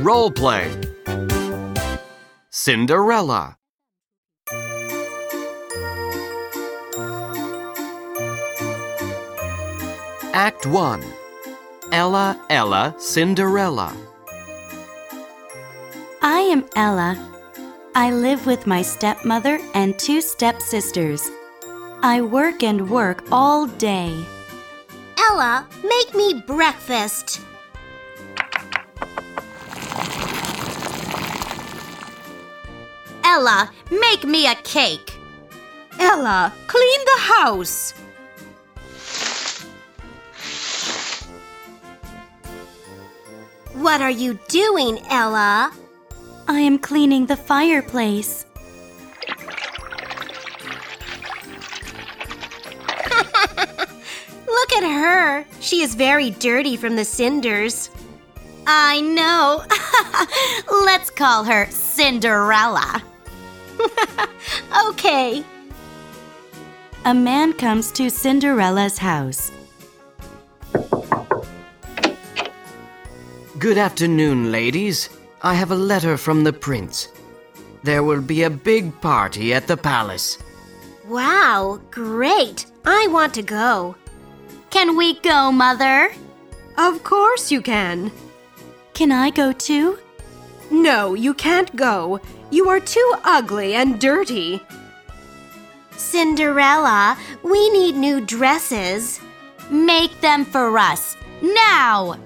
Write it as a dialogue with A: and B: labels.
A: Role play. Cinderella. Act 1. Ella, Ella, Cinderella.
B: I am Ella. I live with my stepmother and two stepsisters. I work and work all day.
C: Ella, make me breakfast. Ella, make me a cake. Ella, clean the house. What are you doing, Ella?
B: I am cleaning the fireplace.
C: Look at her. She is very dirty from the cinders. I know. Let's call her Cinderella. okay.
B: A man comes to Cinderella's house.
A: Good afternoon, ladies. I have a letter from the prince. There will be a big party at the palace.
C: Wow, great. I want to go.
B: Can we go, Mother?
C: Of course you can.
B: Can I go too?
C: No, you can't go. You are too ugly and dirty. Cinderella, we need new dresses.
B: Make them for us now!